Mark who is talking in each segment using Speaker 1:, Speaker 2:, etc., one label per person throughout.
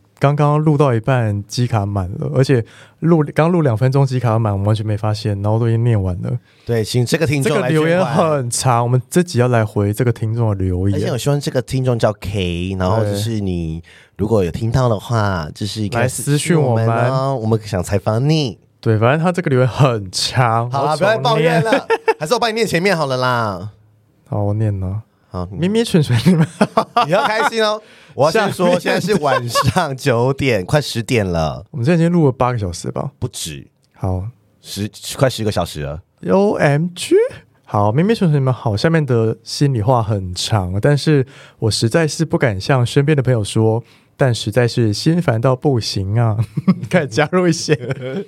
Speaker 1: 刚刚录到一半机卡满了，而且录刚录两分钟机卡满，我们完全没发现，然后都已经念完了。
Speaker 2: 对，请这个听
Speaker 1: 这
Speaker 2: 众
Speaker 1: 个
Speaker 2: 来
Speaker 1: 留言
Speaker 2: 宣传
Speaker 1: 很长，我们这集要来回这个听众的留
Speaker 2: 而且
Speaker 1: 言
Speaker 2: 我，希望这个听众叫 K，然后就是你如果有听到的话，就是可以
Speaker 1: 来私讯我们
Speaker 2: 哦，我们想采访你。
Speaker 1: 对，反正他这个留言很长。
Speaker 2: 好啦，
Speaker 1: 我
Speaker 2: 不要再
Speaker 1: 重
Speaker 2: 抱怨
Speaker 1: 念。
Speaker 2: 了， 还是我帮你念前面好了啦。
Speaker 1: 好，我念了。
Speaker 2: 好，
Speaker 1: 咪咪蠢蠢，你们
Speaker 2: 你要开心哦。我要先
Speaker 1: 下
Speaker 2: 说，
Speaker 1: 面
Speaker 2: 现在是晚上九点，快十点了，
Speaker 1: 我们现在已经录了八个小时吧？
Speaker 2: 不止
Speaker 1: 好
Speaker 2: 十，快十个小时了。
Speaker 1: ，O M G，好，咪咪蠢蠢，你们好。下面的心里话很长，但是我实在是不敢向身边的朋友说，但实在是心烦到不行啊， 开始加入一些。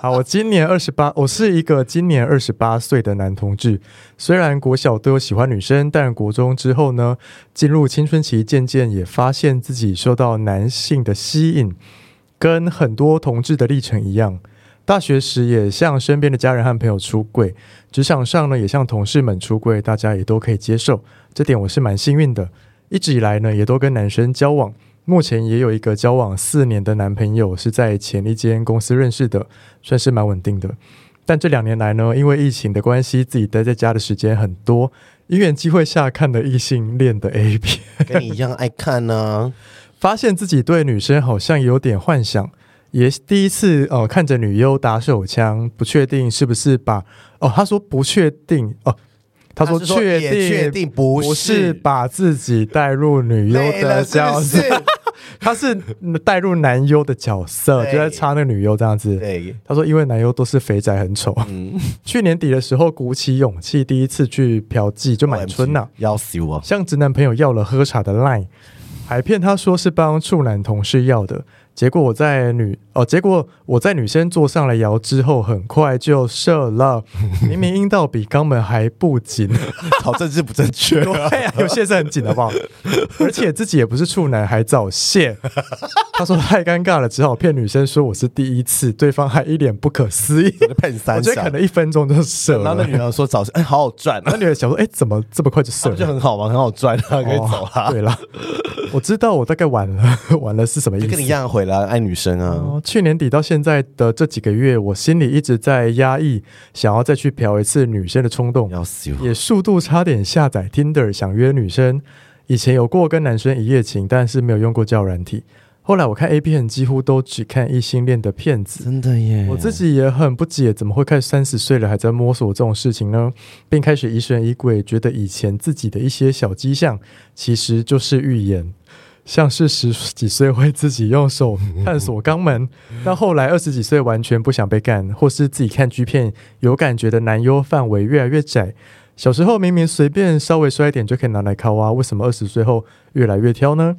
Speaker 1: 好，我今年二十八，我是一个今年二十八岁的男同志。虽然国小都有喜欢女生，但国中之后呢，进入青春期，渐渐也发现自己受到男性的吸引，跟很多同志的历程一样。大学时也向身边的家人和朋友出柜，职场上呢也向同事们出柜，大家也都可以接受，这点我是蛮幸运的。一直以来呢，也都跟男生交往，目前也有一个交往四年的男朋友，是在前一间公司认识的，算是蛮稳定的。但这两年来呢，因为疫情的关系，自己待在家的时间很多，因缘机会下看了异性恋的 A 片，
Speaker 2: 跟你一样爱看 呢、
Speaker 1: 发现自己对女生好像有点幻想，也第一次呃看着女优打手枪，不确定是不是把哦，他说不确定哦，他说
Speaker 2: 是说
Speaker 1: 确
Speaker 2: 也
Speaker 1: 定
Speaker 2: 确定不
Speaker 1: 不是
Speaker 2: 是
Speaker 1: 把自己带入女优
Speaker 2: 累
Speaker 1: 的
Speaker 2: 了是
Speaker 1: 角
Speaker 2: 不
Speaker 1: 色，
Speaker 2: 是？
Speaker 1: 他是带入男优的角色，就
Speaker 2: 对
Speaker 1: 在插那个女优这样子。
Speaker 2: 对，嗯
Speaker 1: 他说：“因为男优都是肥宅，很丑。 去年底的时候，鼓起勇气，第一次去嫖妓，就满春呐、
Speaker 2: 要死我！
Speaker 1: 向直男朋友要了喝茶的 line，还骗他说是帮处男同事要的。结果我在女哦，结果我在女生坐上来摇之后，很快就射 了。明明阴道比肛门还不紧，
Speaker 2: 好政治不正 确、
Speaker 1: 对啊，有些是很紧，好不好？而且自己也不是处男，还早 泄。他说太尴尬了，只好骗女生说我是第一次，对方还一脸不可思议。
Speaker 2: 喷
Speaker 1: 我
Speaker 2: 三
Speaker 1: 觉得
Speaker 2: 下
Speaker 1: 可能一分钟就射
Speaker 2: 然
Speaker 1: 了。
Speaker 2: 后那女的说 早上，哎，好好赚啊
Speaker 1: 那，女的想说，哎、怎么这么快就射
Speaker 2: 就
Speaker 1: 了？
Speaker 2: 很好玩，很好赚啊，可以走
Speaker 1: 哦
Speaker 2: 啦。
Speaker 1: 对了，我知道我大概晚了， 晚了是什么意
Speaker 2: 就
Speaker 1: 思？
Speaker 2: 跟你一样回来爱女生啊，
Speaker 1: 哦，去年底到现在的这几个月，我心里一直在压抑想要再去嫖一次女生的冲动，
Speaker 2: 要死我！
Speaker 1: 也速度差点下载 Tinder 想约女生。以前有过跟男生一夜情，但是没有用过交友软体。后来我看 A 片几乎都只看异性恋的片子，
Speaker 2: 真的耶，
Speaker 1: 我自己也很不解，怎么会看三十岁了还在摸索这种事情呢？并开始疑神疑鬼，觉得以前自己的一些小迹象其实就是预言，像是十几岁会自己用手探索肛门，到后来二十几岁完全不想被干，或是自己看 G 片有感觉的男优范围越来越窄。小时候明明随便稍微摔一点就可以拿来靠啊，为什么二十岁后越来越挑呢？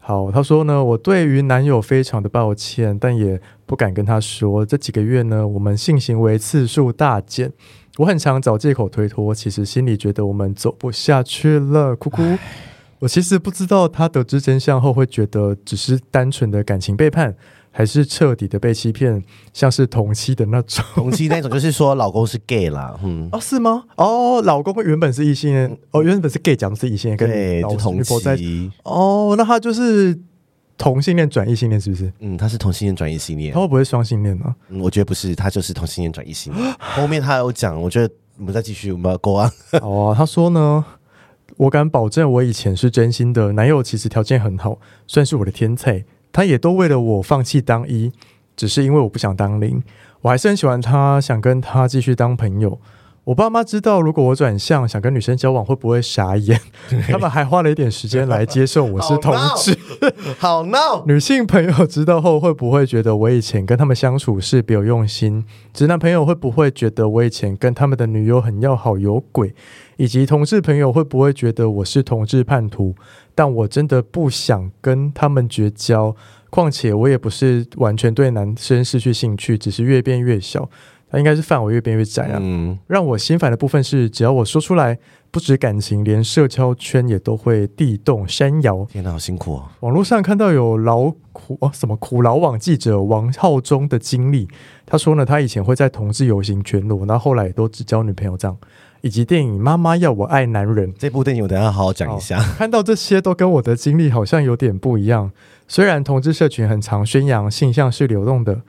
Speaker 1: 好，她说呢，我对于男友非常的抱歉，但也不敢跟他说。这几个月呢，我们性行为次数大减，我很常找借口推脱，其实心里觉得我们走不下去 了，哭哭。我其实不知道他得知真相后会觉得只是单纯的感情背叛，还是彻底的被欺骗，像是同期的那种。
Speaker 2: 同期那种就是说老公是 gay 啦，嗯，
Speaker 1: 哦，是吗？哦，老公原本是异性恋，哦，原本是 gay，讲的是异性恋，跟
Speaker 2: 对，
Speaker 1: 老
Speaker 2: 就同
Speaker 1: 女婆在。
Speaker 2: 期，
Speaker 1: 哦，那他就是同性恋转异性恋，是不是？
Speaker 2: 嗯，他是同性恋转异性恋
Speaker 1: 他，会不会双性恋呢、
Speaker 2: 嗯我觉得不是，他就是同性恋转异性恋。后面他有讲，我觉得我们再继续，我们要 go on。
Speaker 1: 哦，他说呢，我敢保证，我以前是真心的。男友其实条件很好，算是我的天才，他也都为了我放弃当一，只是因为我不想当零。我还是很喜欢他，想跟他继续当朋友。我爸妈知道，如果我转向想跟女生交往，会不会傻眼？他们还花了一点时间来接受我是同志。
Speaker 2: 好闹，
Speaker 1: 女性朋友知道后会不会觉得我以前跟他们相处是别有用心？直男朋友会不会觉得我以前跟他们的女友很要好有鬼？以及同志朋友会不会觉得我是同志叛徒？但我真的不想跟他们绝交。（况且我也不是完全对男生失去兴趣，只是越变越小，它应该是范围越变越窄啊。
Speaker 2: 嗯，
Speaker 1: 让我心烦的部分是，只要我说出来，不止感情，连社交圈也都会地动山摇。
Speaker 2: 天哪，好辛苦哦。
Speaker 1: 网络上看到有老苦哦什么苦劳网记者王浩中的经历，他说呢，他以前会在同志游行全裸，然后后来也都只交女朋友这样，以及电影《妈妈要我爱男人》
Speaker 2: 这部电影我等一下好好讲一下。
Speaker 1: 看到这些都跟我的经历好像有点不一样。虽然同志社群很常宣扬性向是流动的，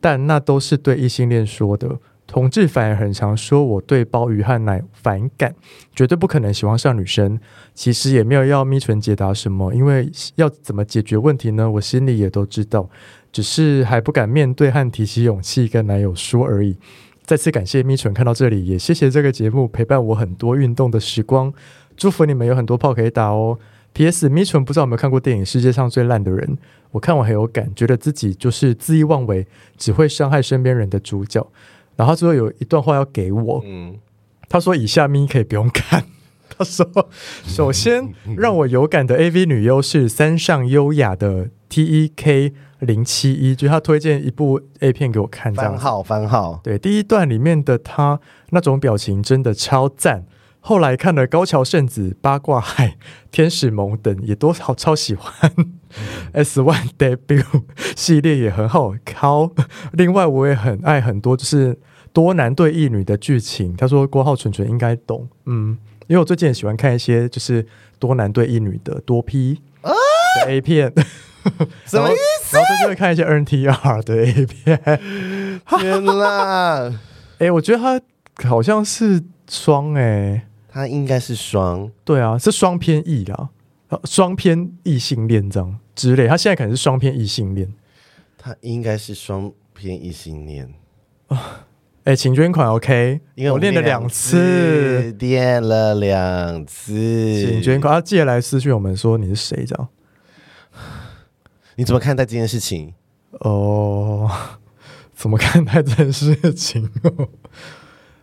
Speaker 1: 但那都是对异性恋说的。同志反而很常说我对鲍鱼和奶反感，绝对不可能喜欢上女生。其实也没有要咪纯解答什么，因为要怎么解决问题呢？我心里也都知道，只是还不敢面对和提起勇气跟男友说而已。再次感谢咪纯看到这里，也谢谢这个节目陪伴我很多运动的时光。祝福你们有很多炮可以打哦。P.S. 咪纯不知道有没有看过电影《世界上最烂的人》？我看完很有感，觉得自己就是恣意妄为，只会伤害身边人的主角。然后他最后有一段话要给我，
Speaker 2: 嗯，
Speaker 1: 他说：“以下咪可以不用看。” 他说：“首先让我有感的 A.V. 女优是三上优雅的 T.E.K. 零七一，就是他推荐一部 A 片给我看，这样
Speaker 2: 番
Speaker 1: 子
Speaker 2: 号 番号，
Speaker 1: 对，第一段里面的他那种表情真的超赞。后来看了高桥圣子、八卦海、天使萌等，也都好超喜欢。S
Speaker 2: 嗯
Speaker 1: One Debut 系列也很好靠。另外，我也很爱很多就是多男对一女的剧情。他说郭浩纯纯应该懂，嗯，因为我最近也喜欢看一些就是多男对一女的多 P 的 A 片。
Speaker 2: 啊什么意
Speaker 1: 思？然后最近会看一些 NTR 的 A 片。
Speaker 2: 天啦，
Speaker 1: 哎、我觉得他好像是双哎、
Speaker 2: 他应该是双，
Speaker 1: 对啊，是双偏异啦，呃双偏异性恋这样之类。他现在可能是双偏异性恋。
Speaker 2: 他应该是双偏异性恋，
Speaker 1: 哎、请捐款 OK，
Speaker 2: 因为
Speaker 1: 我练了两次，，
Speaker 2: 练了两次。
Speaker 1: 请捐款。他借来私讯我们说你是谁这样。
Speaker 2: 你怎么看待这件事情？
Speaker 1: 哦， 怎么看待这件事情？哦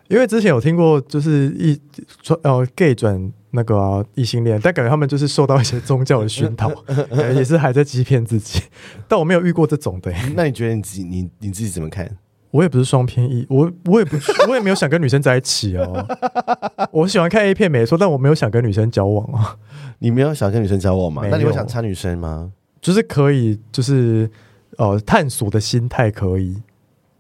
Speaker 1: 因为之前有听过，就是异转呃 gay 转那个啊异、性恋，但感觉他们就是受到一些宗教的熏 陶，感觉也是还在欺骗自己。但我没有遇过这种的、
Speaker 2: 那你觉得你自己你你自己怎么看？
Speaker 1: 我也不是双偏异，我我也不我也没有想跟女生在一起哦。我喜欢看 A 片没错，但我没有想跟女生交往啊，
Speaker 2: 你没有想跟女生交往吗
Speaker 1: 没？有
Speaker 2: 那你会想插女生吗？
Speaker 1: 就是可以就是呃探索的心态可以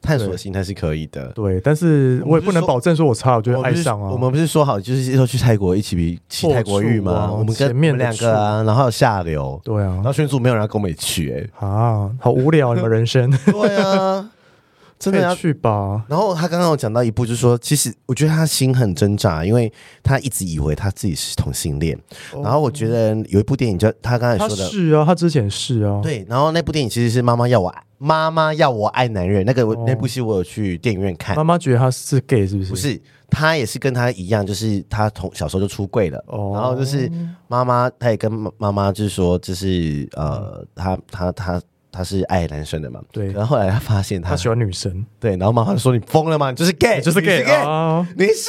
Speaker 2: 探索的心态是可以的。
Speaker 1: 对，但是我也不能
Speaker 2: 我们不是说
Speaker 1: 保证说我差我就会
Speaker 2: 我
Speaker 1: 爱
Speaker 2: 们不是
Speaker 1: 上啊。
Speaker 2: 我们不是说好就是说去泰国一起骑
Speaker 1: 破
Speaker 2: 泰国浴
Speaker 1: 处
Speaker 2: 吗？
Speaker 1: 啊
Speaker 2: 我们跟
Speaker 1: 前面的
Speaker 2: 我们两个啊，然后还有下流，
Speaker 1: 对啊
Speaker 2: 然，后宣祖没有人要跟我们一起去、欸，
Speaker 1: 啊，好无聊，你们人生
Speaker 2: 哎，对啊， 真的
Speaker 1: 可
Speaker 2: 要
Speaker 1: 以哎去吧？
Speaker 2: 然后他刚刚有讲到一步，就是说，其实我觉得他心很挣扎，因为他一直以为他自己是同性恋。然后我觉得有一部电影叫哦他刚才
Speaker 1: 哦他
Speaker 2: 说的，
Speaker 1: 是啊，他之前是啊，
Speaker 2: 对，然后那部电影其实是《妈妈要我爱妈妈要我爱男人》，那个我、
Speaker 1: 哦
Speaker 2: 那部戏我有去电影院看
Speaker 1: 妈，妈觉得他是 gay 是不是？
Speaker 2: 不是他也是跟他一样，就是他从小时候就出柜了，
Speaker 1: 哦
Speaker 2: 然后就是妈妈，他也跟妈妈妈就是说，就是呃，他他他他是爱男生的嘛，
Speaker 1: 嗯对
Speaker 2: 然后后来他发现他
Speaker 1: 他喜欢女生，
Speaker 2: 对，然后妈妈就说你疯了 吗？你就是 gay，
Speaker 1: 你就是
Speaker 2: 你是
Speaker 1: gay
Speaker 2: gay，哦
Speaker 1: 啊。
Speaker 2: 你是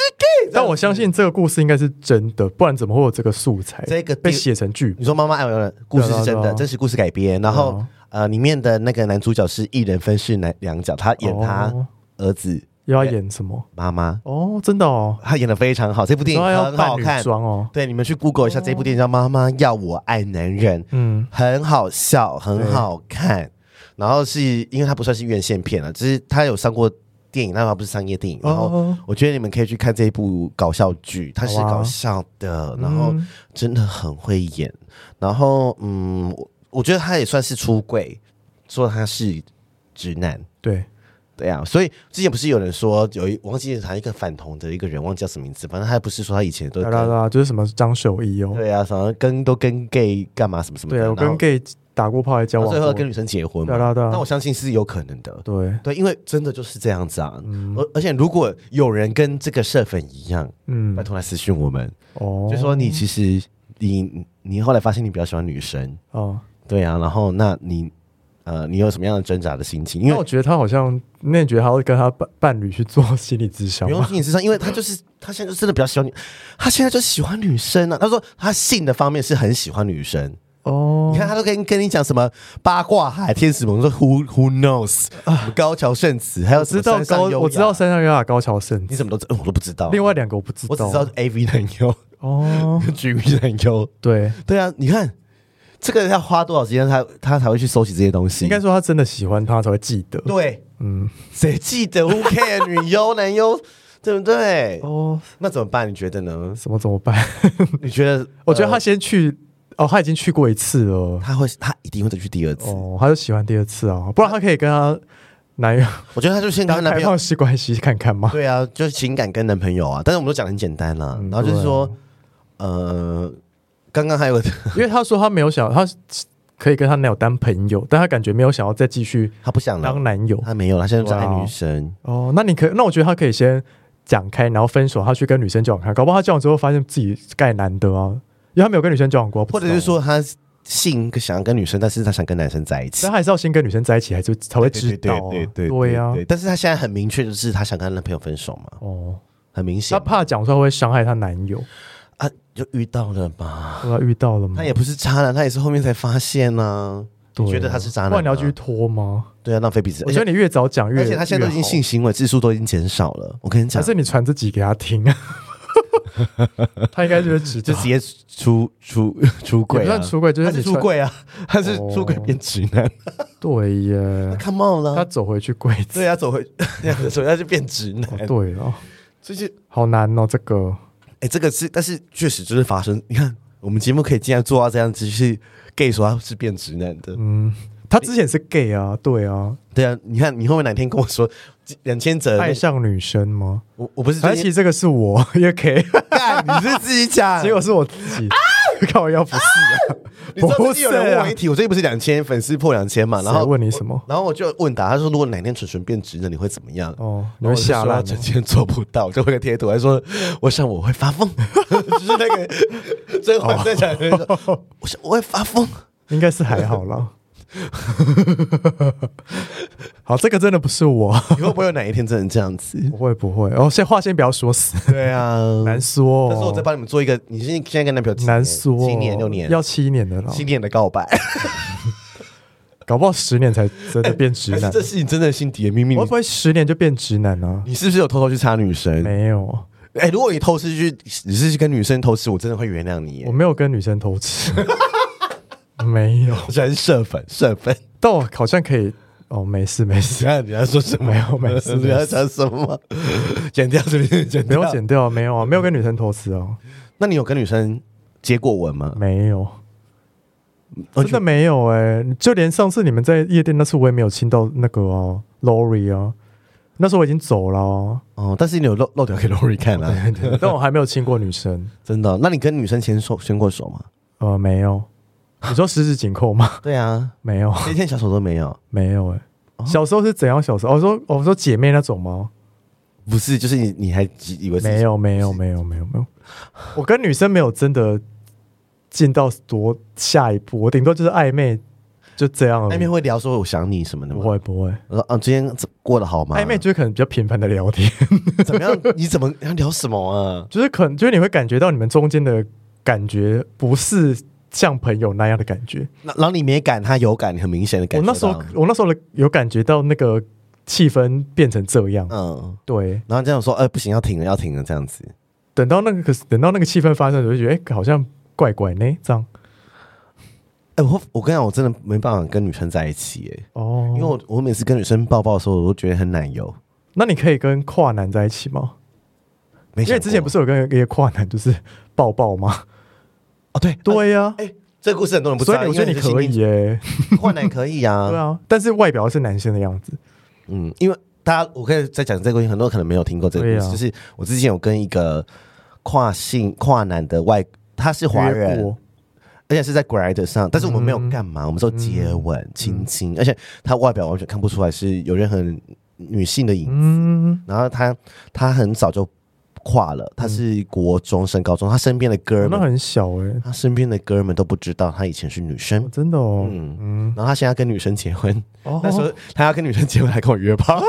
Speaker 2: gay。
Speaker 1: 但我相信这个故事应该是真的，不然怎么会有这个素材？
Speaker 2: 这个
Speaker 1: 被
Speaker 2: 第
Speaker 1: 写成剧哦
Speaker 2: 你说妈妈爱我的故事是真
Speaker 1: 对啊对
Speaker 2: 的，
Speaker 1: 啊
Speaker 2: 真实故事改编，嗯然后、呃，里面的那个男主角是一人分饰男两角，他演他
Speaker 1: 哦
Speaker 2: 儿子
Speaker 1: 又要演什么？
Speaker 2: 妈妈，
Speaker 1: 哦，真的哦，
Speaker 2: 他演的非常好，这部电影
Speaker 1: 然后要
Speaker 2: 很好
Speaker 1: 扮女
Speaker 2: 看。
Speaker 1: 装哦，
Speaker 2: 对，你们去 Google 一下这部电影叫《妈妈要我爱男人》，
Speaker 1: 嗯，
Speaker 2: 很好笑，很好看。然后是因为它不算是院线片啊了，只是它有上过电影，但它不是商业电影。然后
Speaker 1: 哦，
Speaker 2: 我觉得你们可以去看这一部搞笑剧，它是
Speaker 1: 好啊
Speaker 2: 搞笑
Speaker 1: 啊
Speaker 2: 的，然后
Speaker 1: 嗯
Speaker 2: 真的很会演。然后，嗯，我我觉得他也算是出柜，说他是直男，
Speaker 1: 对，
Speaker 2: 对啊。所以之前不是有人说有一我忘记他一个反同的一个人，忘记叫什么名字，反正他不是说他以前都
Speaker 1: 啦啦
Speaker 2: 跟
Speaker 1: 啦，就是什么张守一哦，
Speaker 2: 对啊，什么跟都跟 gay 干嘛什么什么的，
Speaker 1: 对啊，我
Speaker 2: 然后
Speaker 1: 跟 gay 打过炮还交
Speaker 2: 然后
Speaker 1: 往
Speaker 2: 最后跟
Speaker 1: 过，
Speaker 2: 女生结婚
Speaker 1: 对
Speaker 2: 嘛。
Speaker 1: 啦对啊
Speaker 2: 但我相信是有可能的，
Speaker 1: 对，
Speaker 2: 对，因为真的就是这样子啊。而而且如果有人跟这个社粉一样，
Speaker 1: 嗯
Speaker 2: 拜，托来私讯我们，
Speaker 1: 哦，
Speaker 2: 就说你其实你你后来发现你比较喜欢女生，
Speaker 1: 哦，
Speaker 2: 对啊，然后那你呃，你有什么样的挣扎的心情？因
Speaker 1: 那
Speaker 2: 为
Speaker 1: 我觉得他好像，那你觉得他会跟他伴伴侣去做心理咨商
Speaker 2: 不用
Speaker 1: 吗？
Speaker 2: 心理智商，因为他就是他现在就真的比较喜欢女，他现在就喜欢女生啊。他说他性的方面是很喜欢女生，
Speaker 1: 哦
Speaker 2: 你，看他都跟跟你讲什么八卦海天使盟，说 Who Who knows，、什么高桥圣子，还有什
Speaker 1: 知
Speaker 2: 么
Speaker 1: 道
Speaker 2: 山上
Speaker 1: 高，
Speaker 2: 优
Speaker 1: 啊我知道
Speaker 2: 雅，
Speaker 1: 山上优雅高桥圣
Speaker 2: 你
Speaker 1: 子，
Speaker 2: 怎么都知我都不知道，
Speaker 1: 另外两个我不知
Speaker 2: 我只
Speaker 1: 道。
Speaker 2: 知道 AV 男 优、
Speaker 1: 哦，
Speaker 2: GV 男优，
Speaker 1: 对，
Speaker 2: 对啊，你看这个要花多少时间他他才会去收集这些东西？
Speaker 1: 应该说他真的喜欢他才会记得。
Speaker 2: 对，
Speaker 1: 嗯，
Speaker 2: 谁记得 Who care 女优男优，对不对？
Speaker 1: 哦，
Speaker 2: 那怎么办？你觉得呢？
Speaker 1: 什么怎么办？
Speaker 2: 你觉得？
Speaker 1: 我觉得他
Speaker 2: 呃
Speaker 1: 先去，哦，他已经去过一次了。
Speaker 2: 他会，他一定会再去第二次。
Speaker 1: 哦，他就喜欢第二次啊，不然他可以跟他男友
Speaker 2: 我觉得他就先跟他男
Speaker 1: 开
Speaker 2: 朋友
Speaker 1: 放，式关系看看嘛。
Speaker 2: 对啊，就是情感跟男朋友啊。但是我们都讲得很简单啦，
Speaker 1: 嗯
Speaker 2: 然后就是说，呃，刚刚还有个
Speaker 1: 因为他说他没有想，他可以跟他男友当朋友，但他感觉没有想要再继续
Speaker 2: 他不想
Speaker 1: 当
Speaker 2: 了，
Speaker 1: 男友。
Speaker 2: 他没有，他现在就是爱
Speaker 1: 哇哦
Speaker 2: 女生。
Speaker 1: 哦，那你可那我觉得他可以先讲开，然后分手，他去跟女生交往看，搞不好他交往之后发现自己盖难得啊，因为他没有跟女生交往过，不
Speaker 2: 或
Speaker 1: 知
Speaker 2: 者
Speaker 1: 道
Speaker 2: 是，说他性想要跟女生，但是他想跟男生在一起
Speaker 1: 但。他还是要先跟女生在一起，还是才会知道、啊，
Speaker 2: 对对
Speaker 1: 对呀、
Speaker 2: 但是他现在很明确，就是他想跟她男朋友分手嘛，
Speaker 1: 哦，
Speaker 2: 很明显
Speaker 1: 他怕讲出来会伤害她男友，
Speaker 2: 啊，就遇到了嘛。
Speaker 1: 后来遇到了吗？
Speaker 2: 他也不是渣男，他也是后面才发现呢、
Speaker 1: 对啊
Speaker 2: 你觉得他是渣
Speaker 1: 不然
Speaker 2: 男
Speaker 1: 你要
Speaker 2: 吗？
Speaker 1: 继续拖吗？
Speaker 2: 对啊，浪费彼此。
Speaker 1: 我觉得你越早讲越，
Speaker 2: 而且他现在都已经
Speaker 1: 越好啊
Speaker 2: 性行为次数都已经减少了，我跟你
Speaker 1: 还
Speaker 2: 讲，
Speaker 1: 是你传自己给他 听啊？他应该就会知
Speaker 2: 就
Speaker 1: 道，
Speaker 2: 直接出出出
Speaker 1: 也不
Speaker 2: 柜啊
Speaker 1: 算，出轨，就
Speaker 2: 他
Speaker 1: 你
Speaker 2: 是出
Speaker 1: 传，
Speaker 2: 柜啊，他是出柜
Speaker 1: 哦
Speaker 2: 变直男
Speaker 1: 对 耶，
Speaker 2: ，come on
Speaker 1: 他
Speaker 2: 啦，
Speaker 1: 走回去柜子，
Speaker 2: 对啊，走回 这样子，所以他就变直男，
Speaker 1: 哦对了，
Speaker 2: 所以就
Speaker 1: 好难哦，这个
Speaker 2: 哎，这个是，但是确实就是发生，你看我们节目可以竟然做到这样子，就是 gay 说他是变直男的，
Speaker 1: 嗯，他之前是 gay 啊，对啊，
Speaker 2: 对啊，你看你会不会哪天跟我说两千则那
Speaker 1: 爱上女生吗？
Speaker 2: 我我不是
Speaker 1: 而
Speaker 2: 最
Speaker 1: 其
Speaker 2: 近
Speaker 1: 实这个是我 也 gay，
Speaker 2: 干，你是自己 讲，
Speaker 1: 结果是我自己，靠腰不是啊，
Speaker 2: 啊你知道
Speaker 1: 不
Speaker 2: 最近
Speaker 1: 是
Speaker 2: 有人问
Speaker 1: 啊
Speaker 2: 我一，题，我最近不是两千粉丝破两千嘛，然后
Speaker 1: 谁问你什么
Speaker 2: 我然后我就问答，他说如果哪天纯纯变直了，你会怎么样？
Speaker 1: 哦，你
Speaker 2: 然后
Speaker 1: 会
Speaker 2: 我就
Speaker 1: 下
Speaker 2: 说
Speaker 1: 烂
Speaker 2: 他
Speaker 1: 哦，
Speaker 2: 整天做不到，我就会个贴图，还说我想我会发疯， 就是那个甄
Speaker 1: 哦
Speaker 2: 嬛在讲的那个， 我想我会发疯，
Speaker 1: 应该是还好啦。 好，这个真的不是我，
Speaker 2: 你会不会有哪一天真的这样子？
Speaker 1: 不会不会。哦，先话先不要说死，
Speaker 2: 对啊，
Speaker 1: 难说、哦。
Speaker 2: 但是我再帮你们做一个，你现在跟男朋友几年
Speaker 1: 难说、哦，
Speaker 2: 七年六年，
Speaker 1: 要七年的了，
Speaker 2: 七年的告白，
Speaker 1: 搞不好十年才真的变 直
Speaker 2: 还是
Speaker 1: 男。
Speaker 2: 哎这是你真的心底的秘密
Speaker 1: 我。会不会十年就变直男呢、
Speaker 2: 你是不是有偷偷去插女生？
Speaker 1: 没有，
Speaker 2: 哎、如果你偷吃去，你是去跟女生偷吃，我真的会原谅你耶
Speaker 1: 我。没有跟女生偷吃， 没有。
Speaker 2: 我是社粉， 社粉。
Speaker 1: 但我好像可以，哦，没事没 事，
Speaker 2: 看你要说什么？
Speaker 1: 没有没事
Speaker 2: 你要讲什么？剪掉是不是？剪
Speaker 1: 不
Speaker 2: 掉。
Speaker 1: 用剪掉，没有啊，没有跟女生偷吃哦，
Speaker 2: 那你有跟女生接过吻吗？
Speaker 1: 没有，
Speaker 2: 哦
Speaker 1: 真的没有哎、就连上次你们在夜店那次，我也没有亲到那个哦、Lori 啊，那时候我已经走了、哦，
Speaker 2: 哦，但是你有露露条给 Lori 看啦、 啊，
Speaker 1: 但我还没有亲过女生，
Speaker 2: 真的哦、那你跟女生牵手牵过手吗？
Speaker 1: 呃，没有。你说十指紧扣吗？
Speaker 2: 对啊，
Speaker 1: 没有，
Speaker 2: 连牵小手都没有。
Speaker 1: 没有哎、
Speaker 2: 哦
Speaker 1: 小时候是怎样？小时候，我、哦说我、说姐妹那种吗？
Speaker 2: 不是，就是你你还以为是
Speaker 1: 没？有，没有，没有，没有，没有。 我跟女生没有真的进到多下一步，我顶多就是暧昧，就这样而
Speaker 2: 暧昧
Speaker 1: 已。
Speaker 2: 会聊说我想你什么的
Speaker 1: 不
Speaker 2: 吗？
Speaker 1: 会，不会，
Speaker 2: 我说啊，今天过得好吗？
Speaker 1: 暧昧就是可能比较频繁的聊天，
Speaker 2: 怎么样？你怎么要聊什么啊？
Speaker 1: 就是可能就是你会感觉到你们中间的感觉不是像朋友那样的感觉。
Speaker 2: 那然后你没感，他有感，你很明显的感
Speaker 1: 我
Speaker 2: 觉
Speaker 1: 那时候
Speaker 2: 到
Speaker 1: 我那时候的有感觉到那个气氛变成这样，
Speaker 2: 嗯，
Speaker 1: 对。
Speaker 2: 然后这样说，哎、不行，要停了，要停了，这样子。
Speaker 1: 等到那个可是等到那个气氛发生，我就觉得哎、好像怪怪呢，这样
Speaker 2: 哎、我我跟你讲，我真的没办法跟女生在一起、哎、
Speaker 1: 哦。
Speaker 2: 因为我我每次跟女生抱抱的时候，我都觉得很奶油。
Speaker 1: 那你可以跟跨男在一起吗？
Speaker 2: 没想过
Speaker 1: 因为之前不是有跟一个跨男就是抱抱吗？
Speaker 2: 哦， 对啊
Speaker 1: 对呀、
Speaker 2: 哎、这个故事很多人不知
Speaker 1: 所
Speaker 2: 道，
Speaker 1: 以我觉得你可以耶、
Speaker 2: 以，嗯换奶可 以啊，
Speaker 1: 对啊，但是外表是男生的样子，
Speaker 2: 嗯，因为大家我可以再讲这个故事，很多人可能没有听过这个故
Speaker 1: 对
Speaker 2: 事，
Speaker 1: 啊
Speaker 2: 就是我之前有跟一个跨性跨男的外，他是华
Speaker 1: 约
Speaker 2: 人，
Speaker 1: 过
Speaker 2: 而且是在 Grind 上，但是我们没有
Speaker 1: 嗯
Speaker 2: 干嘛，我们说接吻、亲亲，而且他外表完全看不出来是有任何女性的影子。
Speaker 1: 嗯，
Speaker 2: 然后他他很早就跨了，他是国中升高中，他身边的哥
Speaker 1: 那
Speaker 2: 们，
Speaker 1: 很小哎、
Speaker 2: 他身边的哥们都不知道他以前是女生
Speaker 1: 哦。真的哦，
Speaker 2: 嗯
Speaker 1: 嗯，
Speaker 2: 然后他现在跟女生结婚，
Speaker 1: 哦
Speaker 2: 那时候他要跟女生结婚还跟我约炮，
Speaker 1: 哦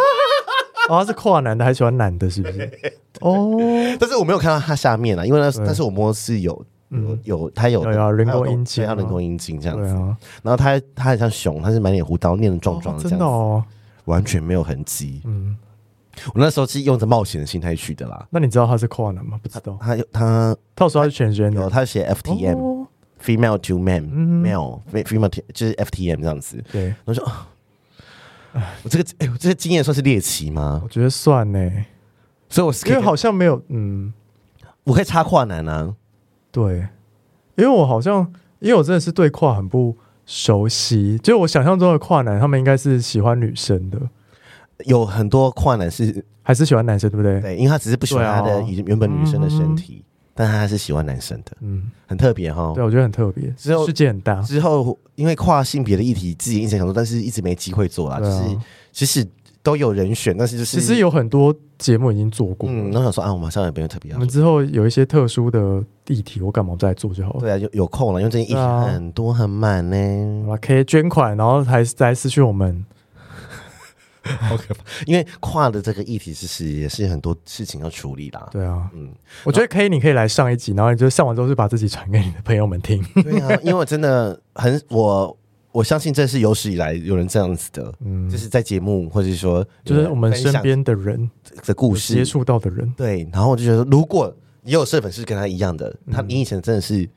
Speaker 1: 他是跨男的，还 喜欢男的，是不是？哦，
Speaker 2: 但是我没有看到他下面啊，因为那
Speaker 1: 对嗯
Speaker 2: 但是我摸是有有有他有
Speaker 1: 有有人工阴茎
Speaker 2: 对他有人
Speaker 1: 吗
Speaker 2: 工阴茎这样
Speaker 1: 对
Speaker 2: 子。
Speaker 1: 啊，
Speaker 2: 然后他他很像熊，他是满脸胡刀，念得壮壮
Speaker 1: 哦
Speaker 2: 的这
Speaker 1: 真
Speaker 2: 样
Speaker 1: 的
Speaker 2: 子，
Speaker 1: 哦，
Speaker 2: 完全没有痕迹。
Speaker 1: 嗯，
Speaker 2: 我那时候是用着冒险的心态去的啦。
Speaker 1: 那你知道他是跨男吗？不知道，
Speaker 2: 他他
Speaker 1: 到时候他是全人
Speaker 2: 有他写 FTM、
Speaker 1: 哦
Speaker 2: female to man
Speaker 1: 嗯
Speaker 2: male fe- female to- 就是 FTM 这样子。
Speaker 1: 对，
Speaker 2: 我 说，啊我这个哎、我这个经验算是猎奇吗
Speaker 1: 我？觉得算呢，
Speaker 2: 所以我是可
Speaker 1: 因为
Speaker 2: 以，
Speaker 1: 好像没有，嗯，
Speaker 2: 我可以插跨男啊。
Speaker 1: 对，因为我好像，因为我真的是对跨很不熟悉，就我想象中的跨男，他们应该是喜欢女生的，
Speaker 2: 有很多跨男是
Speaker 1: 还是喜欢男生，对不对？
Speaker 2: 对，因为他只是不喜欢他
Speaker 1: 对
Speaker 2: 的
Speaker 1: 啊
Speaker 2: 原原本女生的身体，但他还是喜欢男生的，
Speaker 1: 嗯，
Speaker 2: 很特别哈
Speaker 1: 对，。我觉啊得很特别，
Speaker 2: 只有
Speaker 1: 世界很大，
Speaker 2: 哦之后因为跨性别的议题，自己一直想做，但是一直没机会做啦。
Speaker 1: 对
Speaker 2: 就
Speaker 1: 啊
Speaker 2: 是其实都有人选，但是就是
Speaker 1: 其实有很多节目已经做过，
Speaker 2: 嗯，然后想说啊，我马上也不用特别
Speaker 1: 我
Speaker 2: 要
Speaker 1: 们之后有一些特殊的议题，我干嘛再做就好了。
Speaker 2: 对啊，有有空了，因为最近议题
Speaker 1: 对啊
Speaker 2: 很多很满呢、
Speaker 1: 好了，可以捐款，然后还再私讯我们。
Speaker 2: 好可怕！因为跨的这个议题，其实也是很多事情要处理啦。
Speaker 1: 对啊，
Speaker 2: 嗯，
Speaker 1: 我觉得可以，你可以来上一集，然后你就上完之后就把自己传给你的朋友们 听。
Speaker 2: 对啊，因为我真的很我我相信这是有史以来有人这样子的，
Speaker 1: 嗯
Speaker 2: 就，是在节目或者是说呃
Speaker 1: 就是我们
Speaker 2: 分享
Speaker 1: 身边的人，
Speaker 2: 的故
Speaker 1: 有接
Speaker 2: 事，
Speaker 1: 触到的人，
Speaker 2: 对。然后我就觉得，如果也有社粉是跟他一样的，他你以前真的是。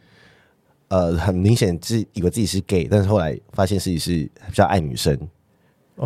Speaker 2: 呃，很明显是以为自己是 gay，但是后来发现自己是比较爱女生，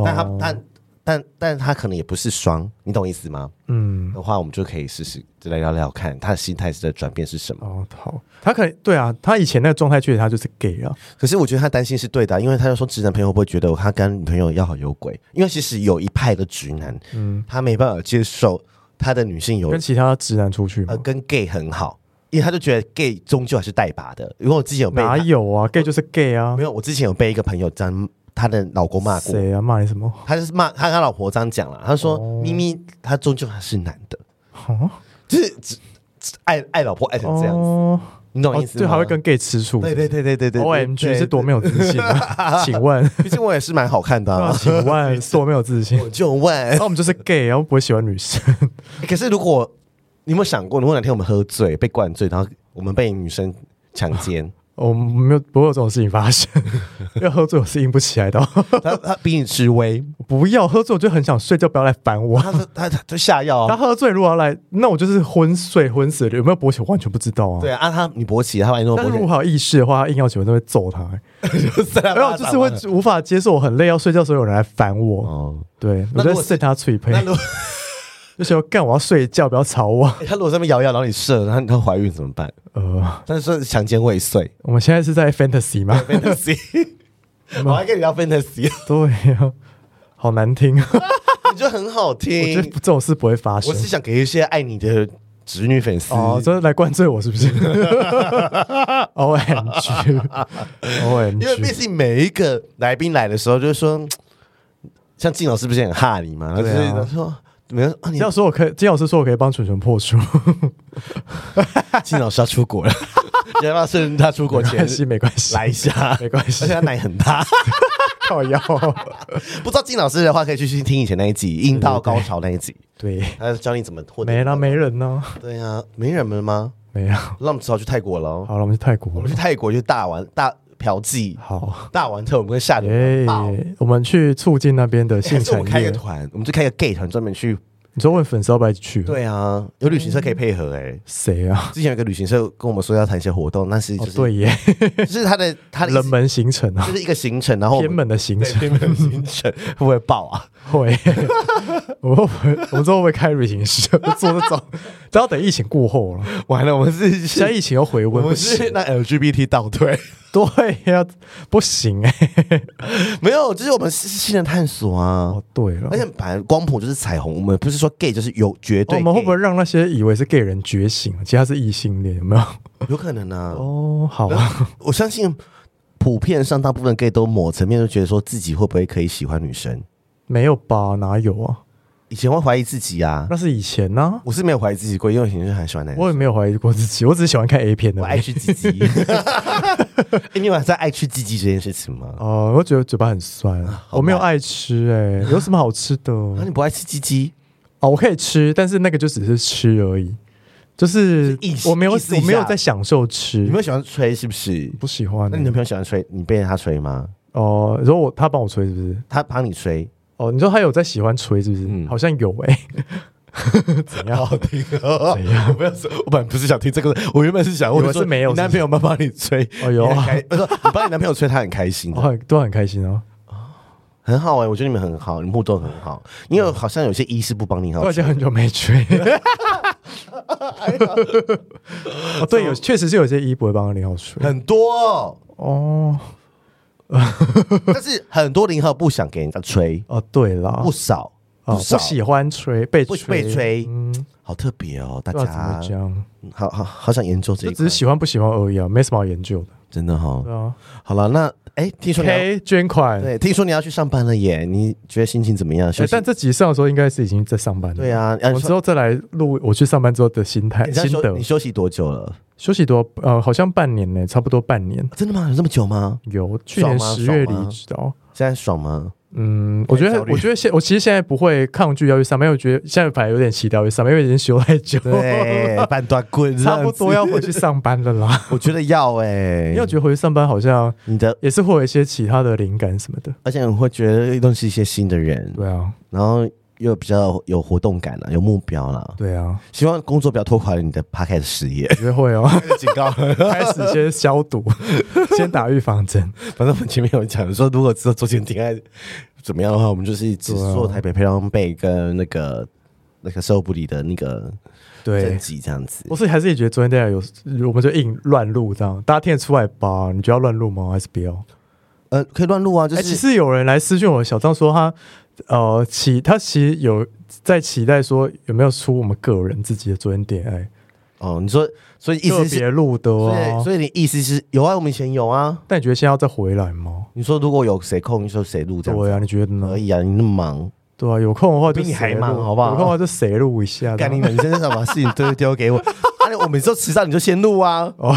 Speaker 2: 但他
Speaker 1: 哦
Speaker 2: 但但但他可能也不是双，你懂意思吗？
Speaker 1: 嗯，
Speaker 2: 的话，我们就可以试试来聊聊看他的心态的转变是什么。
Speaker 1: 哦，好，他可以对啊，他以前那个状态确实他就是 gay 啊，
Speaker 2: 可是我觉得他担心是对的啊，因为他就说直男朋友会不会觉得他跟女朋友要好有鬼？因为其实有一派的直男，
Speaker 1: 嗯，
Speaker 2: 他没办法接受他的女性有
Speaker 1: 跟其他直男出去嘛
Speaker 2: 呃，跟 gay 很好，因为他就觉得 gay 终究还是带把的。因为我之前有被
Speaker 1: 哪
Speaker 2: 他
Speaker 1: 有啊，gay 就是 gay 啊
Speaker 2: 没，有，我之前有被一个朋友这样，他的老公骂过，
Speaker 1: 谁啊骂你什么？
Speaker 2: 他就是骂他跟他老婆这样讲了，他说、
Speaker 1: 哦
Speaker 2: 咪咪他终究还是男的，
Speaker 1: 哦，
Speaker 2: 就是只只爱爱老婆爱成这样子，
Speaker 1: 哦，
Speaker 2: 你懂
Speaker 1: 哦
Speaker 2: 意思吗？
Speaker 1: 就还会跟 gay 吃醋，
Speaker 2: 对对对对对对对
Speaker 1: o M G
Speaker 2: 对
Speaker 1: 是多没有自 信啊，请问，，
Speaker 2: 毕竟我也是蛮好看的、 啊
Speaker 1: 请问是多没有自信？
Speaker 2: 我就问
Speaker 1: 啊那。我们就是 gay，然后不会喜欢女生，
Speaker 2: 可是如果你有没有想过，如果哪天我们喝醉被灌醉，然后我们被女生强 奸，
Speaker 1: 哦我们没有不会有这种事情发生， 因为喝醉我是硬不起来的，
Speaker 2: 她她逼你吃威，
Speaker 1: 我 不要喝醉我就很想睡觉，不要来烦我。
Speaker 2: 她说她她她下药
Speaker 1: 他
Speaker 2: 啊，
Speaker 1: 喝醉如果要来，那我就是昏睡昏死了，有没有勃起我完全不知道啊。
Speaker 2: 对啊，啊她你勃起，她把你弄
Speaker 1: 但是如果
Speaker 2: 勃
Speaker 1: 还有意识的话，他硬要请我，都会揍他、欸。
Speaker 2: 起，然
Speaker 1: 然后就是会无法接受，我很累要睡觉的时候有人来烦我，
Speaker 2: 哦。
Speaker 1: 对我
Speaker 2: 那如
Speaker 1: 在
Speaker 2: 果
Speaker 1: 扇他脆配
Speaker 2: 那，如果
Speaker 1: 就说干我要睡觉，不要吵我。
Speaker 2: 她如果上面摇一摇，然后你射，然后她怀孕怎么办？
Speaker 1: 呃，
Speaker 2: 但是强奸未 遂
Speaker 1: 我们现在是在 fantasy 吗？
Speaker 2: ，fantasy，我还跟你聊 fantasy，
Speaker 1: 对呀、好难听， 我
Speaker 2: 你就很好
Speaker 1: 觉得
Speaker 2: 听。
Speaker 1: 这种事不会发生
Speaker 2: 哎我。是想给一些爱你的直女粉丝，
Speaker 1: 哦，这是来灌醉我 是不是？O M G，O M
Speaker 2: 因为毕
Speaker 1: G，
Speaker 2: 竟每一个来宾来的时候，就是说，像静老师不是很哈你嘛，
Speaker 1: 对啊
Speaker 2: 然后就是说， 没有啊，你
Speaker 1: 要说我可以，金老师说我可以帮蠢蠢破除，
Speaker 2: 静老师要出国了， 你要不要趁他出 国
Speaker 1: 没
Speaker 2: 前
Speaker 1: 关系，没关系，
Speaker 2: 来一下？
Speaker 1: 没关系
Speaker 2: 而且他奶很大，
Speaker 1: 靠腰。
Speaker 2: 不知道静老师的话，可以去去听以前那一集阴道高潮那一集，
Speaker 1: 对，
Speaker 2: 他教你怎么获得。
Speaker 1: 没了，没人呢，
Speaker 2: 对啊，没人了吗？
Speaker 1: 没有。
Speaker 2: 那我们只好去泰国了哦。
Speaker 1: 好了，我们去泰国
Speaker 2: 我们去泰国就大玩大嫖妓，
Speaker 1: 好，
Speaker 2: 大玩特，我们跟下流
Speaker 1: 耶、
Speaker 2: 爆。
Speaker 1: 我们去促进那边的
Speaker 2: 还
Speaker 1: 性
Speaker 2: 哎是我
Speaker 1: 产
Speaker 2: 们哎开一
Speaker 1: 业
Speaker 2: 个。团，我们就开一个 gay 团，专门去。
Speaker 1: 你说问粉丝要不要一起去？，
Speaker 2: 对啊，有旅行社可以配合哎、
Speaker 1: 谁啊？
Speaker 2: 之前有一个旅行社跟我们说要谈一些活动，但是就
Speaker 1: 哦
Speaker 2: 是、，
Speaker 1: 对耶，
Speaker 2: 就是他的他的
Speaker 1: 冷门行程啊
Speaker 2: 就，是一个行程，然后我
Speaker 1: 偏
Speaker 2: 们
Speaker 1: 门的行
Speaker 2: 对
Speaker 1: 程
Speaker 2: 偏门行程会不会爆 啊？
Speaker 1: 会。 我会不会，我们之后会不会开旅行 社做这种？只要等疫情过后了，
Speaker 2: 完了，我们是
Speaker 1: 现在疫情又回
Speaker 2: 我
Speaker 1: 温，不
Speaker 2: 们
Speaker 1: 行。
Speaker 2: 是那 LGBT 倒退，
Speaker 1: 对呀、不行哎、
Speaker 2: 没有，就是我们是新的探索啊。
Speaker 1: 哦，对了
Speaker 2: 而。且本来光谱就是彩虹，我们不是说 gay 就是有绝对
Speaker 1: 哦我
Speaker 2: gay，、
Speaker 1: 们会不会让那些以为是 gay 人觉醒？其实他是异性恋，有没有？
Speaker 2: 有可能呢、
Speaker 1: 哦，好啊，
Speaker 2: 我相信普遍上大部分 gay 都某层面都觉得说自己会不会可以喜欢女生，
Speaker 1: 没有吧？哪有啊？
Speaker 2: 以前会怀疑自己啊。
Speaker 1: 那是以前呢、
Speaker 2: 我是没有怀疑自己过，因为我以前就很喜欢男生
Speaker 1: 我。也没有怀疑过自己，我只是喜欢看 A 片的。
Speaker 2: 我爱吃鸡鸡。 欸、你有在爱吃鸡鸡这件事情吗？
Speaker 1: 哦、我觉得嘴巴很酸，
Speaker 2: 啊
Speaker 1: 我没有爱吃哎、有什么好吃的？
Speaker 2: 啊，你不爱吃鸡鸡？
Speaker 1: 哦，我可以吃，但是那个就只是吃而已，就是
Speaker 2: 意思
Speaker 1: 我没有
Speaker 2: 意思
Speaker 1: 我
Speaker 2: 一
Speaker 1: 没有
Speaker 2: 下
Speaker 1: 在享受吃，
Speaker 2: 你没有喜欢吹是不是？
Speaker 1: 不喜欢
Speaker 2: 那你男朋友喜欢吹，你被他吹吗？
Speaker 1: 哦。然后我他帮我吹是不是？
Speaker 2: 他帮你吹，
Speaker 1: 哦，你说他有在喜欢吹是不是？
Speaker 2: 嗯
Speaker 1: 好像有哎、怎样？
Speaker 2: 好听哦！我没有说，我本来不是想听这个，我原本是想问
Speaker 1: 以为
Speaker 2: 说
Speaker 1: 是没有
Speaker 2: 你男朋友有没有帮你吹？
Speaker 1: 哦有
Speaker 2: 你很开，我说你帮你男朋友吹，他很开心啊
Speaker 1: 我，很都很开心哦，
Speaker 2: 很好哎，我觉得你们很好，你们互动很好，因为好像有些医师不帮你好
Speaker 1: 我已
Speaker 2: 吹，
Speaker 1: 经很久没 吹。
Speaker 2: 哎
Speaker 1: 哦，对，有确实是有些一不会帮零号吹
Speaker 2: 很多哦，
Speaker 1: 哦
Speaker 2: 但是很多零号不想给人家吹，
Speaker 1: 哦，对啦，
Speaker 2: 不少
Speaker 1: 哦
Speaker 2: 少
Speaker 1: 不，喜欢吹被
Speaker 2: 不
Speaker 1: 吹
Speaker 2: 被吹
Speaker 1: 嗯，
Speaker 2: 好特别哦，大
Speaker 1: 不知道怎么
Speaker 2: 家
Speaker 1: 讲，
Speaker 2: 好好好想研究这
Speaker 1: 就
Speaker 2: 一
Speaker 1: 只
Speaker 2: 块
Speaker 1: 是，喜欢不喜欢而已啊，没什么好研究的。
Speaker 2: 真的哈
Speaker 1: 对。啊
Speaker 2: 好了，那哎，听说你要
Speaker 1: ，K 捐款，
Speaker 2: 对，听说你要去上班了耶，你觉得心情怎么样？休
Speaker 1: 哎
Speaker 2: 息
Speaker 1: 但这集上的时候应该是已经在上班了。
Speaker 2: 对啊，
Speaker 1: 我
Speaker 2: 啊
Speaker 1: 们
Speaker 2: 你
Speaker 1: 之
Speaker 2: 说
Speaker 1: 后再来录我去上班之后的心态、
Speaker 2: 你这样
Speaker 1: 心
Speaker 2: 休
Speaker 1: 得
Speaker 2: 你。休息多久了？
Speaker 1: 休息多呃，好像半年呢，差不多半年。
Speaker 2: 真的吗？有这么久吗？
Speaker 1: 有去年
Speaker 2: 爽吗
Speaker 1: 十月
Speaker 2: 爽
Speaker 1: 离
Speaker 2: 吗
Speaker 1: 职的哦。
Speaker 2: 现在爽吗？
Speaker 1: 嗯，我
Speaker 2: 可以
Speaker 1: 觉得
Speaker 2: 考，虑
Speaker 1: 我觉得现我其实现在不会抗拒要去上班，因为我觉得现在反而有点期待要去上班，因为已经休太久，
Speaker 2: 对，半段棍这样
Speaker 1: 差
Speaker 2: 子
Speaker 1: 不多要 回去上班了啦。
Speaker 2: 我觉得要哎、
Speaker 1: 因为我觉得回去上班好像
Speaker 2: 你的，
Speaker 1: 也是会有一些其他的灵感什么的。
Speaker 2: 而且你会觉得认识一些新的人，
Speaker 1: 对啊，
Speaker 2: 然后又比较有活动感啊了，有目标了。
Speaker 1: 对啊，
Speaker 2: 希望工作不要拖垮了你的 p o d 的事 业。
Speaker 1: 我觉得会哦。
Speaker 2: 警告 了，
Speaker 1: 开始先消毒， 先打预防针。
Speaker 2: 反正我们前面有讲说，如果之后周前庭爱怎么样的话，我们就是只
Speaker 1: 对啊
Speaker 2: 做台北漂亮贝跟那个那个售不里的那个
Speaker 1: 对
Speaker 2: 征，集这样子。
Speaker 1: 我是还是也觉得昨天大家有，我们就硬乱录这样，大家听得出来吧？你觉得要乱录吗？还是不要？
Speaker 2: 呃，可以乱录啊，就
Speaker 1: 哎、
Speaker 2: 是、
Speaker 1: 其实有人来私讯我，小张说他呃期他其实有在期待说有没有出我们个人自己的昨天点爱
Speaker 2: 哦，你说，所以意
Speaker 1: 特
Speaker 2: 思是，
Speaker 1: 别录的
Speaker 2: 所
Speaker 1: 哦、
Speaker 2: 以所以你意思是有啊，我们以前有啊。
Speaker 1: 但你觉得现在要再回来吗？
Speaker 2: 你说如果有谁空，你说谁录这样
Speaker 1: 对
Speaker 2: 子
Speaker 1: 啊，你觉得
Speaker 2: 可
Speaker 1: 呢？
Speaker 2: 以啊，你那么忙，
Speaker 1: 对啊，有空的话就
Speaker 2: 比你还
Speaker 1: 谁录
Speaker 2: 忙好不好
Speaker 1: 有空的话就谁录一下这
Speaker 2: 干
Speaker 1: 样。
Speaker 2: 你 们真是什么事情都丢给我， 啊，我每次都迟到，你就先录啊。
Speaker 1: 哦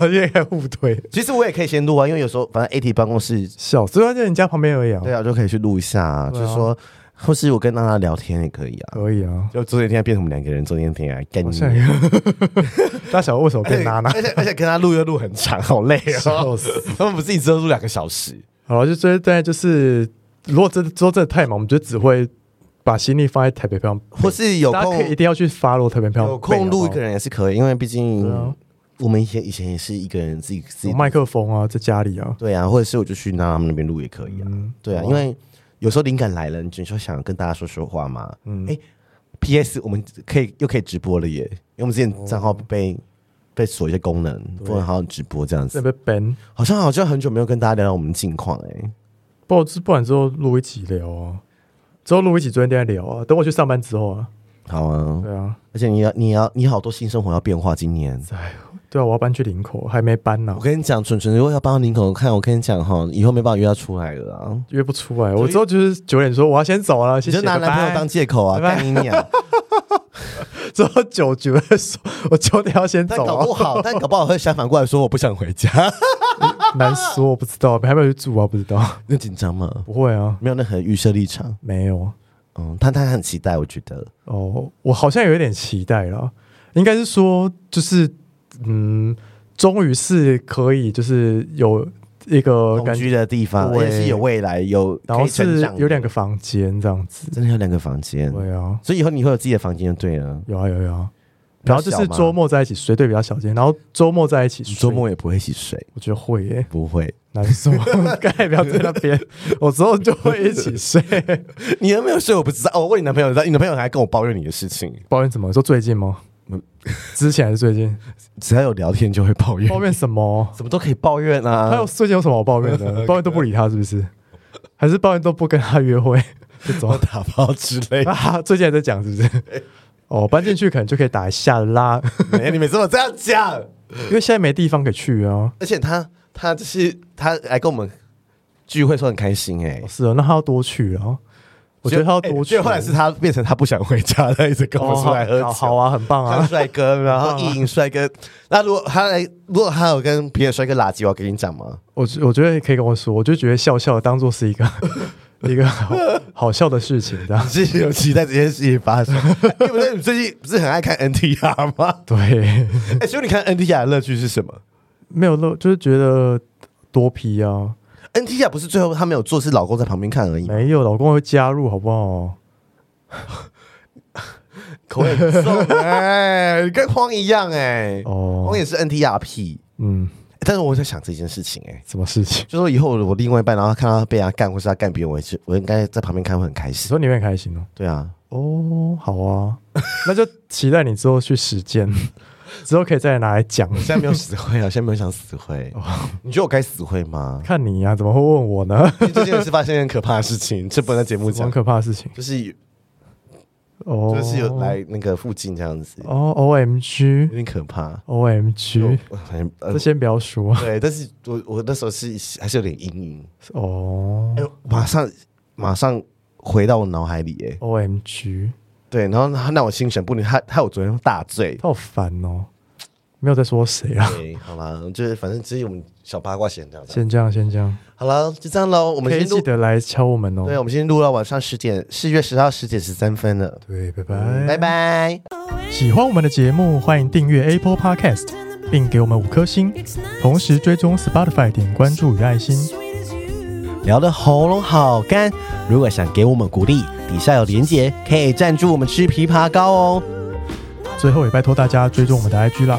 Speaker 1: 现在互推，
Speaker 2: 其实我也可以先录啊，因为有时候反正 AT 办公室，
Speaker 1: 小虽然在人家旁边而已啊，
Speaker 2: 对啊，就可以去录一下、啊，
Speaker 1: 哦
Speaker 2: 就
Speaker 1: 对啊
Speaker 2: 是说，或是我跟娜娜聊天也可以啊。
Speaker 1: 可以啊。
Speaker 2: 就昨天天变成我们两个人，昨天天啊，干
Speaker 1: 好
Speaker 2: 你
Speaker 1: 像
Speaker 2: 娘。
Speaker 1: 大小为什么变娜 娜？
Speaker 2: 而且而且跟他录又录很长，好累 哦。
Speaker 1: 笑死！
Speaker 2: 他们不是一直都录两个小时？
Speaker 1: 好了，就这大概就是，如果真的说真的太忙，我们就只会把心力放在台北漂亮北，
Speaker 2: 或是有
Speaker 1: 大家
Speaker 2: 空
Speaker 1: 可以一定要去 follow 台北啊漂亮
Speaker 2: 有空录一个
Speaker 1: 人
Speaker 2: 人也是可以，因为毕
Speaker 1: 对
Speaker 2: 竟
Speaker 1: 啊
Speaker 2: 我们以前以前也是一个人自己自己
Speaker 1: 麦克风啊，在家里啊，
Speaker 2: 对啊，或者是我就去拿他们那边录也可以啊。
Speaker 1: 嗯，
Speaker 2: 对啊，
Speaker 1: 好
Speaker 2: 因为有时候灵感来了，你就说想跟大家说说话嘛。
Speaker 1: 嗯
Speaker 2: 哎 P.S. 我们可以又可以直播了耶，因为我们之前账号被、
Speaker 1: 哦
Speaker 2: 被锁一些功能，不能好好直播这样
Speaker 1: 那
Speaker 2: 子。
Speaker 1: 边 ban，
Speaker 2: 好像好像很久没有跟大家聊聊我们近况哎、
Speaker 1: 不然之不然之后录一集聊啊，之后录一集昨天在聊啊，等我去上班之后啊，
Speaker 2: 好啊，
Speaker 1: 对啊，
Speaker 2: 而且你要你要你好多新生活要变化，今年。
Speaker 1: 对啊，我要搬去林口，还没搬呢
Speaker 2: 我，跟你讲，蠢蠢，如果要帮林口看，我跟你讲哈，以后没办法约他出来了啊！
Speaker 1: 约不出来，我之后就是九点说我要先走了，谢
Speaker 2: 你
Speaker 1: 谢，
Speaker 2: 就拿
Speaker 1: 拜
Speaker 2: 男朋友
Speaker 1: 拜
Speaker 2: 当借口啊，
Speaker 1: 拜拜
Speaker 2: 干你娘！
Speaker 1: 之后九九点说，我九点要先
Speaker 2: 但
Speaker 1: 走
Speaker 2: 搞
Speaker 1: 啊
Speaker 2: 不，好，但搞不好会相反过来说我不想回 家，
Speaker 1: 难说，我不知道，还没有去住啊，不知道，
Speaker 2: 你有紧张吗？
Speaker 1: 不会啊，
Speaker 2: 没有任何预设立场。
Speaker 1: 没有。
Speaker 2: 嗯，但他很期待，我觉得
Speaker 1: 哦，我好像有一点期待了，应该是说，就是嗯，终于是可以，就是有一个
Speaker 2: 同
Speaker 1: 感觉，
Speaker 2: 居的地方，
Speaker 1: 对
Speaker 2: 而且是有未来，有
Speaker 1: 然后
Speaker 2: 可以成
Speaker 1: 是
Speaker 2: 长的嗯
Speaker 1: 有两个房间这样子。
Speaker 2: 真的有两个房间，
Speaker 1: 对啊，
Speaker 2: 所以以后你会有自己的房间就对了。
Speaker 1: 有啊有啊有啊。
Speaker 2: 比较
Speaker 1: 然后就
Speaker 2: 小
Speaker 1: 是
Speaker 2: 吗
Speaker 1: 周末在一起睡，对比较小间，然后周末在一起睡，
Speaker 2: 周末也不会一起睡，
Speaker 1: 我觉得会耶、
Speaker 2: 不会。
Speaker 1: 难受， 刚才不要在那 边，我之后就会一起睡。
Speaker 2: 你有没有睡？我不知道。哦我问你男朋友，你男朋友还跟我抱怨你的事情，
Speaker 1: 抱怨什么？说最近吗
Speaker 2: 嗯？
Speaker 1: 之前还是最近？
Speaker 2: 只要有聊天就会抱怨，
Speaker 1: 抱怨什么？
Speaker 2: 什么都可以抱怨啊。
Speaker 1: 还有最近有什么好抱怨 的？抱怨都不理他是不是？还是抱怨都不跟他约会 这种
Speaker 2: 我打包之类 的。
Speaker 1: 啊？最近还在讲是不 是？哦，搬进去可能就可以打一下 啦，
Speaker 2: 没有，你每次都这样讲。
Speaker 1: 因为现在没地方可以去啊。
Speaker 2: 而且他他就是他来跟我们聚会，说很开心哎、
Speaker 1: 是啊，那他要多去啊。我觉得他要
Speaker 2: 就
Speaker 1: 多
Speaker 2: 哎
Speaker 1: 去。哦
Speaker 2: 就后来是他变成他不想回家了，一直跟我们出来喝酒。
Speaker 1: 哦好好啊，很棒
Speaker 2: 像
Speaker 1: 啊。
Speaker 2: 帅哥，然后意淫帅哥。那如果他来，如果他有跟别的帅哥垃圾，我要跟你讲吗？
Speaker 1: 我我觉得可以跟我说，我就觉得笑笑当做是一个一个好好笑的事情，这样
Speaker 2: 自己有期待这件事情发生。因为不是你最近不是很爱看 NTR 吗？
Speaker 1: 对，
Speaker 2: 哎、所以你看 NTR 的乐趣是什么
Speaker 1: 没有漏，就是觉得多皮啊，
Speaker 2: ？NTR 不是最后他没有做，是老公在旁边 看而已吗。
Speaker 1: 没有，老公会加入好不好？
Speaker 2: 口味很重哎、 跟荒一样哎、
Speaker 1: 欸哦
Speaker 2: 荒，也是 NTR P。
Speaker 1: 嗯，
Speaker 2: 但是我在想这件事情哎、
Speaker 1: 什么事情？
Speaker 2: 就说以后我另外一半，然后看到他被他干，或是他干别人，我也是我应该在旁边看会很开
Speaker 1: 你
Speaker 2: 心。
Speaker 1: 说你会很开心哦？
Speaker 2: 对啊，
Speaker 1: 哦，好啊，那就期待你之后去实践， 之后可以再拿来讲。？
Speaker 2: 现在没有死灰啊，现在没有想死灰。你觉得我该死灰吗
Speaker 1: 看你啊呀、怎么会问我呢？
Speaker 2: 因为最近是发生很可怕的事情，这不能在节目
Speaker 1: 什么
Speaker 2: 讲
Speaker 1: 很，可怕的事情
Speaker 2: 就是
Speaker 1: 哦，
Speaker 2: 就是有来那个附近这样子，
Speaker 1: 哦，O M
Speaker 2: 有
Speaker 1: G
Speaker 2: 点可怕。
Speaker 1: O M G，
Speaker 2: 我反正呃
Speaker 1: 这先不要说
Speaker 2: 对，但是我我那时候是还是有点阴影，
Speaker 1: 哦
Speaker 2: 哎马上马上回到我脑海里哎、
Speaker 1: ，O M G，
Speaker 2: 对，然后他让我心神不宁，他害我昨天大醉。
Speaker 1: 他好烦哦，没有在说谁啊，
Speaker 2: 对，好啦，就是反正只有我们小八卦闲聊的。
Speaker 1: 先这样，先这样，
Speaker 2: 好了，就这样喽。我们
Speaker 1: 可以
Speaker 2: 先
Speaker 1: 记
Speaker 2: 录，
Speaker 1: 得来敲我们哦，
Speaker 2: 对，我啊们先录到晚上十点，四月十号十点十三分了。
Speaker 1: 对，拜拜，
Speaker 2: 拜。拜。
Speaker 1: 喜欢我们的节目，欢迎订阅 Apple Podcast，并给我们五颗星，同时追踪 Spotify 点关注与爱心。
Speaker 2: 聊的喉咙好干，如果想给我们鼓励，底下有连结，可以赞助我们吃枇杷膏哦。
Speaker 1: 最后也拜托大家追踪我们的 IG 啦，